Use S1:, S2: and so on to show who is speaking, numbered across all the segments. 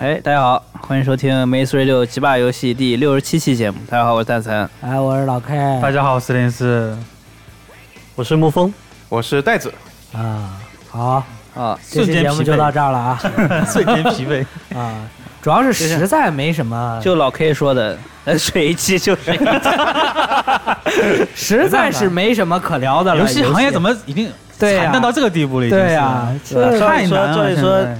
S1: 哎，大家好，欢迎收听《梅 three 六极霸游戏》第六十七期节目。大家好，我是蛋岑。
S2: 哎，我是老 K。
S3: 大家好，四零四，
S4: 我是沐风，
S5: 我是袋子，
S2: 啊，好，
S1: 啊，
S2: 这期节目就到这儿了啊
S3: 瞬间疲 惫。
S2: 啊，主要是实在没什么，
S1: 就老 K 说的， 呃，水一期 就是一期
S2: 实在是没什么可聊的了。
S3: 游戏行业怎
S2: 么
S3: 么已经
S2: 对
S3: 惨
S2: 呀
S3: 淡到这个地步了？已经是
S2: 对呀？
S1: 对啊
S2: 这
S1: 吧
S3: 太难
S1: 照
S3: 了。
S1: 理说
S3: 现
S1: 照理说
S3: 在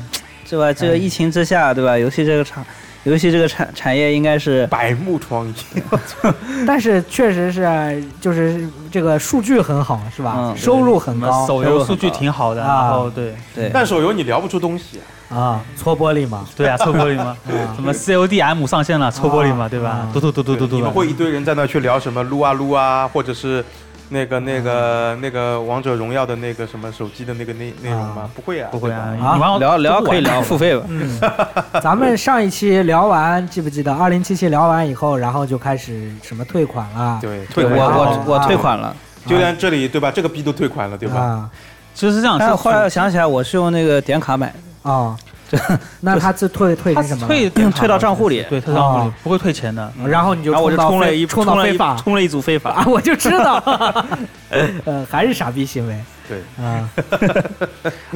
S1: 对吧？这个疫情之下，对吧？游戏这个产，游戏这个产产业应该是
S5: 百目疮痍。
S2: 但是确实是，就是这个数据很好，是吧？
S1: 嗯
S2: 收入
S3: 我
S2: 很
S3: 们
S2: 高
S3: 手游数据挺好的，
S2: 收入很高
S3: 然后对
S1: 对，
S5: 但手游你聊不出东西啊，
S2: 啊，搓玻 璃嘛，
S3: 对啊，抽玻璃嘛，
S2: 啊
S3: 什么 CODM 上线了，抽玻璃嘛，对吧
S2: 啊？
S3: 嘟嘟嘟嘟嘟嘟
S5: 你
S3: 的
S5: 们，会一堆人在那去聊什么撸啊撸啊，或者是那个那个那个王者荣耀的那个什么手机的那个内内容吗
S2: 啊？
S5: 不会啊，
S3: 不会啊？
S5: 对吧
S3: 你
S2: 啊
S3: 玩
S1: 聊聊
S3: 都不玩
S1: 可以聊付费吧？
S2: 嗯，咱们上一期聊完，记不记得？二零七七聊完以后，然后就开始什么退款了，
S1: 对
S5: 对，退
S1: 我
S5: 款了，
S1: 我我退款了，
S5: 就连这里对吧？这个逼都退款了对吧？
S2: 啊
S3: 就是这样。
S1: 但
S3: 是
S1: 后来我想起来，我是用那个点卡买 的，
S2: 啊，那他自退退
S3: 他
S2: 成什么了？
S3: 退
S1: 退到账户里
S3: 对，退到账户里
S2: 啊
S3: 不会退钱的。
S2: 然后你就
S1: 然后我就
S2: 到
S1: 充了
S2: 非
S1: 一
S2: 冲
S1: 充
S2: 到
S1: 了
S2: 非
S1: 一
S2: 法
S1: 充了一组非法，
S2: 啊，我就知道， 呃，还是傻逼行为。
S5: 对
S2: 啊，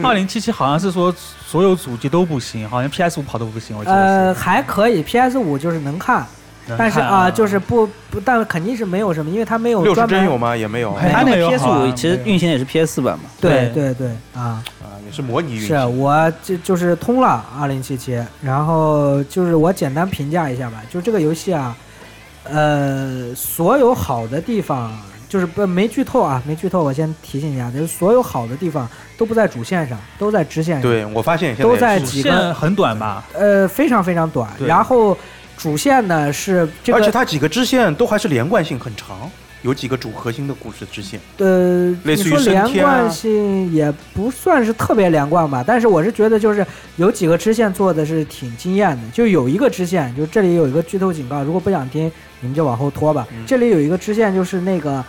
S3: 二零七七好像是说所有主机都不行，好像 PS 五跑的不行，我记
S2: 呃，
S3: 得是。
S2: 还可以，PS 五就是能看，
S3: 能
S2: 但是
S3: 看
S2: 啊，就是不不，但肯定是没有什么，因为它没有
S5: 六十
S2: 哦专
S5: 帧有
S2: 门。
S5: 吗？也没有
S3: 哎
S5: 啊，
S1: 他那
S3: 没有
S1: PS
S3: 好
S1: 五
S3: 像
S1: 其实
S3: 没有
S1: 运行也是 PS 版嘛，
S2: 对
S3: 对
S2: 对对啊，
S5: 也是模拟运
S2: 是啊
S5: 行。
S2: 我就就是通了二零七七，然后就是我简单评价一下吧，就这个游戏啊，呃，所有好的地方就是不没剧透啊，没剧透，我先提醒一下，就是所有好的地方都不在主线上，都在支线上。
S5: 对我发现现
S2: 都
S5: 在
S2: 在
S5: 也是
S2: 几
S3: 主
S2: 个
S3: 线很短吧？
S2: 呃，非常非常短。
S3: 对
S2: 然后主线呢是这
S5: 而且
S2: 个
S5: 它几个支线都还是连贯性很长，有几个主核心的故事支线。
S2: 呃，你
S5: 类似于
S2: 说
S5: 升
S2: 连
S5: 天啊
S2: 贯性也不算是特别连贯吧，但是我是觉得就是有几个支线做的是挺惊艳的，就有一个支线，就这里有一个剧透警告，如果不想听你们就往后拖吧。
S5: 嗯
S2: 这里有一个支线就是那个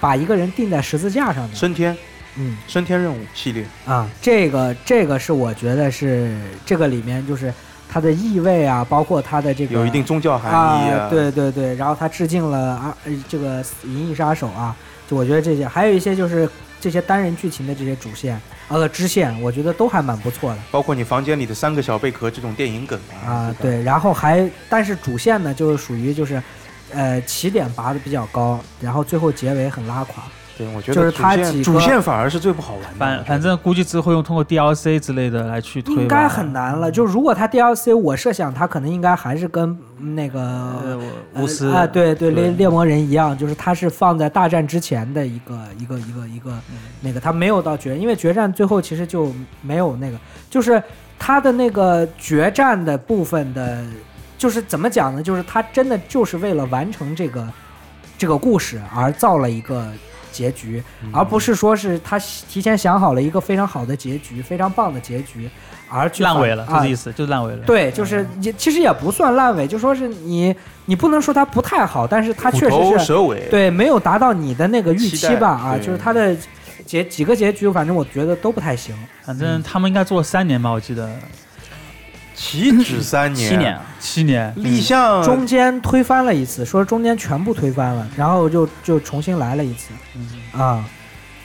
S2: 把一个人钉在十字架上的，
S5: 升天
S2: 嗯
S5: 升天任务系列，
S2: 啊，这个这个是我觉得是这个里面就是它的意味啊，包括它的这个
S5: 有一定宗教含义
S2: 啊。对对对，然后他致敬了啊呃这个《银翼杀手》啊，就我觉得这些，还有一些就是这些单人剧情的这些主线呃支线，我觉得都还蛮不错的
S5: 包括你房间里的三个小贝壳这种电影梗
S2: 啊。
S5: 吧
S2: 对，然后还但是主线呢，就是属于就是。呃，起点拔的比较高，然后最后结尾很拉垮。
S5: 对，我觉
S2: 就
S5: 得
S2: 是
S5: 主
S2: 它几
S5: 线
S2: 个
S5: 主线反而是最不好玩的。
S3: 反反正估计之后用通过 DLC 之类的来去推吧，
S2: 嗯应该很难了。就如果他 DLC，我设想他可能应该还是跟嗯那
S3: 呃
S2: 个
S3: 巫师
S2: 啊，对对，猎
S3: 对
S2: 猎魔人一样，就是它是放在大战之前的一个一个一个一个
S3: 嗯
S2: 那个，它没有到决，因为决战最后其实就没有那个，就是它的那个决战的部分的，就是怎么讲呢？就是它真的就是为了完成这个这个故事而造了一个结局，
S3: 嗯
S2: 而不是说是他提前想好了一个非常好的结局，非常棒的结局，而去
S3: 烂
S2: 反
S3: 尾了，就
S2: 啊
S3: 是意思，就是烂尾了。
S2: 对，就是也其实也不算烂尾，就说是你你不能说它不太好，但是它确
S5: 虎头
S2: 实是
S5: 蛇尾，
S2: 对没有达到你的那个预
S5: 期
S2: 期
S5: 待
S2: 吧啊，
S5: 对
S2: 就是它的结几个结局，反正我觉得都不太行。
S3: 反正他们应该做了三年吧，我记得
S5: 岂止三年，
S1: 七年，啊，
S3: 七年。
S5: 立项
S2: 中间推翻了一次，说中间全部推翻了，然后就就重新来了一次
S3: 嗯
S2: 啊，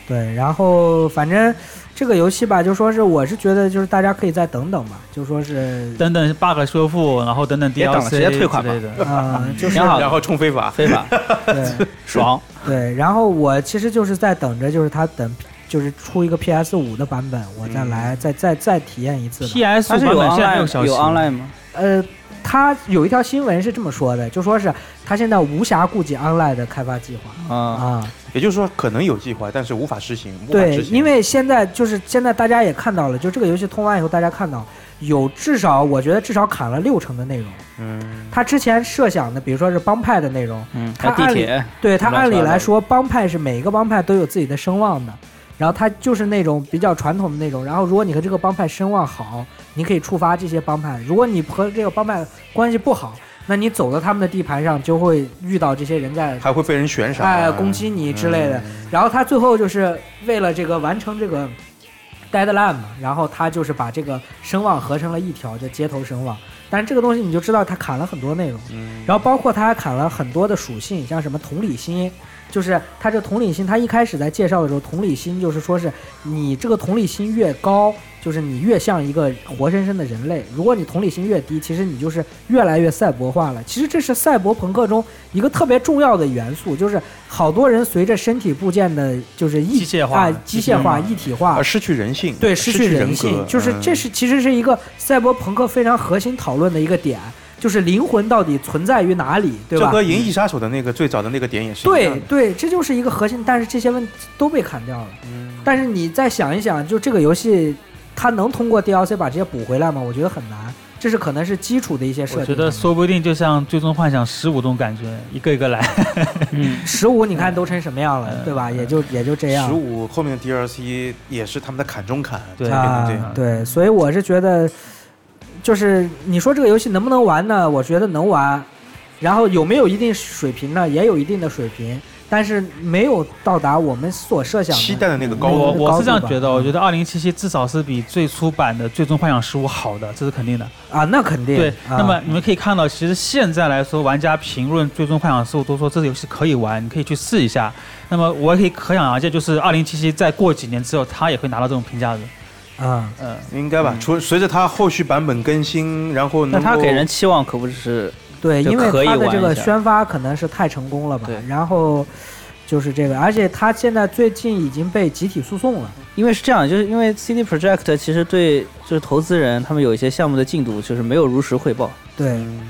S2: 对，然后反正这个游戏吧，就说是我是觉得就是大家可以再等等吧，就说是
S3: 等等 bug 修复，然后等等
S1: 别等了
S3: DLC
S1: 直接退款吧
S3: 之类 的。
S2: 嗯，就是
S1: 挺好的
S5: 然后冲非法，
S1: 非法
S2: 对。
S1: 爽，
S2: 对，然后我其实就是在等着，就是它等就是出一个 PS 五的版本，我再来、再再再体验一次的。
S3: PS
S1: 它
S3: 版
S1: 是有
S3: 本现在没有消
S1: online
S3: 息，
S1: 有 online 吗？
S2: 呃，它有一条新闻是这么说的，就说是它现在无暇顾及 Online 的开发计划
S1: 啊，
S2: 啊。
S5: 也就是说可能有计划，但是无法实行。无法
S2: 对
S5: 执，行
S2: 因为现在就是现在大家也看到了，就这个游戏通完以后，大家看到有至少我觉得至少砍了六成的内容。
S5: 嗯，
S2: 它之前设想的，比如说是帮派的内容，
S1: 嗯，还
S2: 它
S1: 有地铁，
S2: 对他
S1: 乱七
S2: 按理
S1: 八糟
S2: 来
S1: 的
S2: 说，帮派是每一个帮派都有自己的声望的，然后他就是那种比较传统的那种。然后如果你和这个帮派声望好，你可以触发这些帮派；如果你和这个帮派关系不好，那你走到他们的地盘上，就会遇到这些人在
S5: 还会被人悬赏啊，
S2: 哎攻击你之类的。然后他最后就是为了这个完成这个 deadline 嘛，然后他就是把这个声望合成了一条，叫街头声望。但是这个东西你就知道它砍了很多内容，
S5: 嗯
S2: 然后包括它还砍了很多的属性，像什么同理心，就是它这同理心，它一开始在介绍的时候，同理心就是说是你这个同理心越高，就是你越像一个活生生的人类；如果你同理心越低，其实你就是越来越赛博化了。其实这是赛博朋克中一个特别重要的元素，就是好多人随着身体部件的，就是
S3: 机
S2: 一
S3: 械化
S2: 啊、机械化、一体化
S5: 而，啊失去人性，
S2: 对，
S5: 失
S2: 失去人
S5: 人
S2: 性
S5: 格，嗯
S2: 就是这是其实是一个赛博朋克非常核心讨论的一个点，就是灵魂到底存在于哪里，对
S5: 这
S2: 吧
S5: 和？《银翼杀手》的那个最早的那个点也是一样
S2: 对
S5: 的。
S2: 对，这就是一个核心，但是这些问题都被砍掉了。
S5: 嗯
S2: 但是你再想一想，就这个游戏，它能通过 DLC 把这些补回来吗？我觉得很难，这是可能是基础的一些
S3: 我
S2: 设定什
S3: 觉
S2: 么的。
S3: 得说不定就像《最终幻想十五》这种感觉，一个一个来。
S1: 嗯，
S2: 十五，你看都成什么样了，
S3: 嗯
S2: 对吧？也就也就这样
S5: 十。五后面的 DLC 也是他们的砍中砍，
S3: 对
S5: 才变成这样
S2: 啊，对，所以我是觉得，就是你说这个游戏能不能玩呢？我觉得能玩，然后有没有一定水平呢？也有一定的水平，但是没有到达我们所设想
S5: 期
S2: 的。
S5: 待的那个高
S3: 我
S5: 度。
S3: 我是这样觉得，
S2: 高度吧
S3: 我觉得二零七七至少是比最初版的《最终幻想十五》好的，这是肯定的。
S2: 啊，那肯定。
S3: 对，
S2: 啊、
S3: 那么你们可以看到，其实现在来说，玩家评论《最终幻想十五》都说这个游戏可以玩，你可以去试一下。那么我也可以可想而知，就是二零七七再过几年之后，他也会拿到这种评价的。
S2: 啊，
S3: 嗯，
S5: 应该吧，除随着它后续版本更新，然后
S1: 嗯那
S5: 能
S1: 他
S5: 够
S1: 给人期望可不只是
S2: 对，
S1: 就
S2: 因为
S1: 可以
S2: 它的
S1: 玩
S2: 这
S1: 一
S2: 个
S1: 下
S2: 宣发可能是太成功了吧
S1: 对。
S2: 然后就是这个，而且它现在最近已经被集体诉讼了。
S1: 因为是这样，就是因为 CD Project 其实对就是投资人他们有一些项目的进度就是没有如实汇报，
S2: 对，
S1: 嗯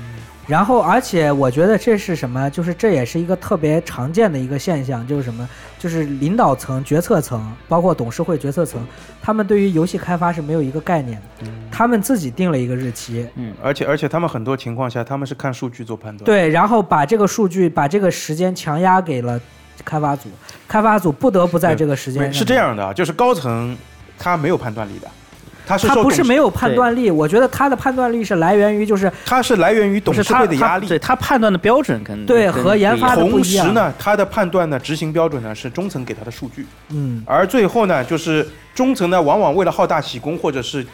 S2: 然后而且我觉得这是什么？就是这也是一个特别常见的一个现象，就是什么？就是领导层、决策层，包括董事会、决策层，他们对于游戏开发是没有一个概念的，他们自己定了一个日期，
S1: 嗯，
S5: 而且而且他们很多情况下他们是看数据做判断。，
S2: 对，然后把这个数据、把这个时间强压给了开发组，开发组不得不在这个时间
S5: 没
S2: 上
S5: 是这样的啊，就是高层他没有判断力的，他是
S2: 他
S5: 受
S2: 不
S5: 董
S2: 是
S5: 事
S2: 没有判断力，我觉得他的判断力是来源于就是
S5: 他是来源于董
S1: 不是
S5: 事
S1: 他
S5: 会的压
S1: 他
S5: 力。
S1: 对他判断的标准跟
S2: 对
S1: 跟
S2: 和研
S1: 不一样
S2: 发的不
S5: 同
S2: 一样
S5: 时呢，他的判断呢，执行标准呢是中层给他的数据，
S2: 嗯，
S5: 而最后呢，就是中层呢，往往为了好大喜功，或者是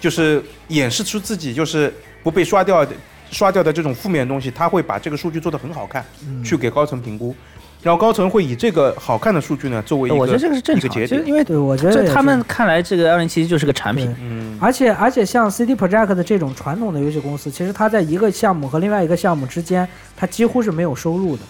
S5: 就是掩饰出自己就是不被刷掉的刷掉的这种负面的东西，他会把这个数据做得很好看，
S2: 嗯
S5: 去给高层评估，然后高层会以这个好看的数据呢作为一个，
S1: 我觉得这个是正常
S5: 一个节
S1: 的，
S5: 点
S1: 就是因为
S2: 对我觉得也
S1: 这
S2: 是
S1: 他们看来这个二零七七就是个产
S2: 对
S1: 品，
S5: 嗯，
S2: 而且而且像 CD Projekt 这种传统的游戏公司，其实它在一个项目和另外一个项目之间，它几乎是没有收入的。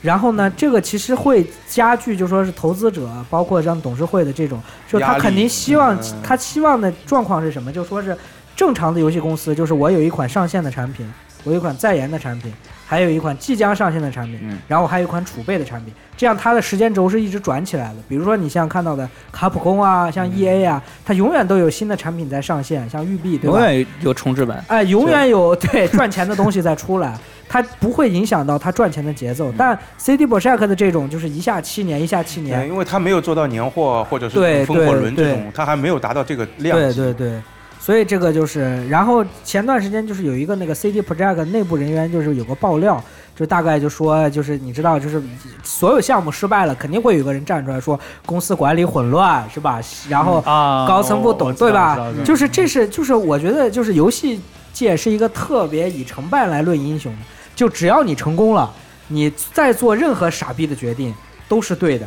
S2: 然后
S1: 嗯
S2: 呢，这个其实会加剧，就说是投资者，包括像董事会的这种，就
S5: 压
S2: 他
S5: 力
S2: 肯定希望
S5: 嗯，
S2: 他希望的状况是什么？就说是正常的游戏公司，就是我有一款上线的产品，我有一款在研的产品，还有一款即将上线的产品，
S1: 嗯
S2: 然后还有一款储备的产品，这样它的时间轴是一直转起来的。比如说你像看到的卡普空啊，
S1: 嗯
S2: 像 E A 啊，它永远都有新的产品在上线，像育碧对
S1: 永
S2: 吧？
S1: 远有重置版。
S2: 哎，永远有 对赚钱的东西在出来，它不会影响到它赚钱的节
S1: 嗯
S2: 奏。但 CD Projekt 的这种就是一下七年，一下七
S5: 对，
S2: 年，
S5: 因为他没有做到年货或者
S2: 对
S5: 是风火轮这
S2: 对
S5: 种，他还没有达到这个量
S2: 对
S5: 级。
S2: 对对。所以这个就是，然后前段时间就是有一个那个 CD Projekt 内部人员就是有个爆料，就大概就说就是你知道就是所有项目失败了，肯定会有个人站出来说公司管理混乱是吧？然后
S3: 啊，
S2: 高层不
S3: 我
S2: 懂，
S3: 知道
S2: 对
S3: 我知道
S2: 吧
S3: 我知？道
S2: 就是这是就是我觉得就是游戏界是一个特别以成败来论英雄的，就只要你成功了，你再做任何傻逼的决定都是对的。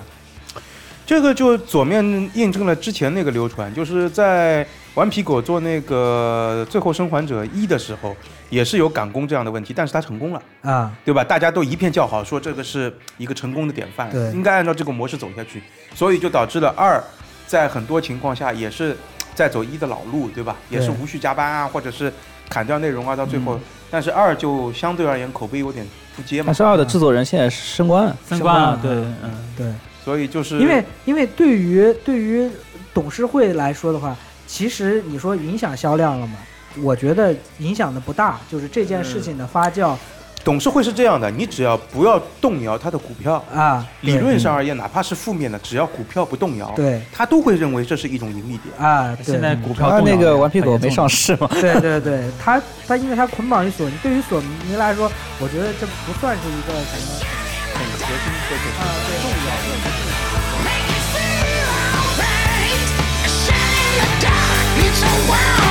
S5: 这个就左面印证了之前那个流传，就是在顽皮狗做那个《最后生还者一》的时候，也是有赶工这样的问题，但是他成功了，
S2: 啊、
S5: 对吧？大家都一片叫好，说这个是一个成功的典范
S2: 对，
S5: 应该按照这个模式走下去，所以就导致了二在很多情况下也是在走一的老路，对吧？也是
S2: 对
S5: 无序加班啊，或者是砍掉内容啊，到最后，但是二就相对而言口碑有点不接嘛
S1: 但，是二的制作人现在是升官了，
S3: 升官了，
S2: 升
S3: 对
S2: 官了，
S3: 嗯，
S2: 对，
S5: 所以就是
S2: 因为因为对于对于董事会来说的话，其实你说影响销量了吗？我觉得影响的不大，就是这件
S5: 嗯
S2: 事情的发酵、
S5: 董事会是这样的，你只要不要动摇他的股票。
S2: 啊，
S5: 理论上而言，哪怕是负面的，只要股票不动摇，
S2: 对
S5: 他都会认为这是一种盈利点。
S2: 啊，对
S3: 现在股票
S1: 然后
S3: 动
S1: 那
S3: 摇
S1: 个
S3: 了
S1: 顽皮狗没上
S3: 市，
S1: 市嘛，
S2: 对对对，他他因为他捆绑于索尼，对于索尼来说，我觉得这不算是一个什么很核心的重要的。
S6: Make it feel alright. Shine your dark, it's a wow.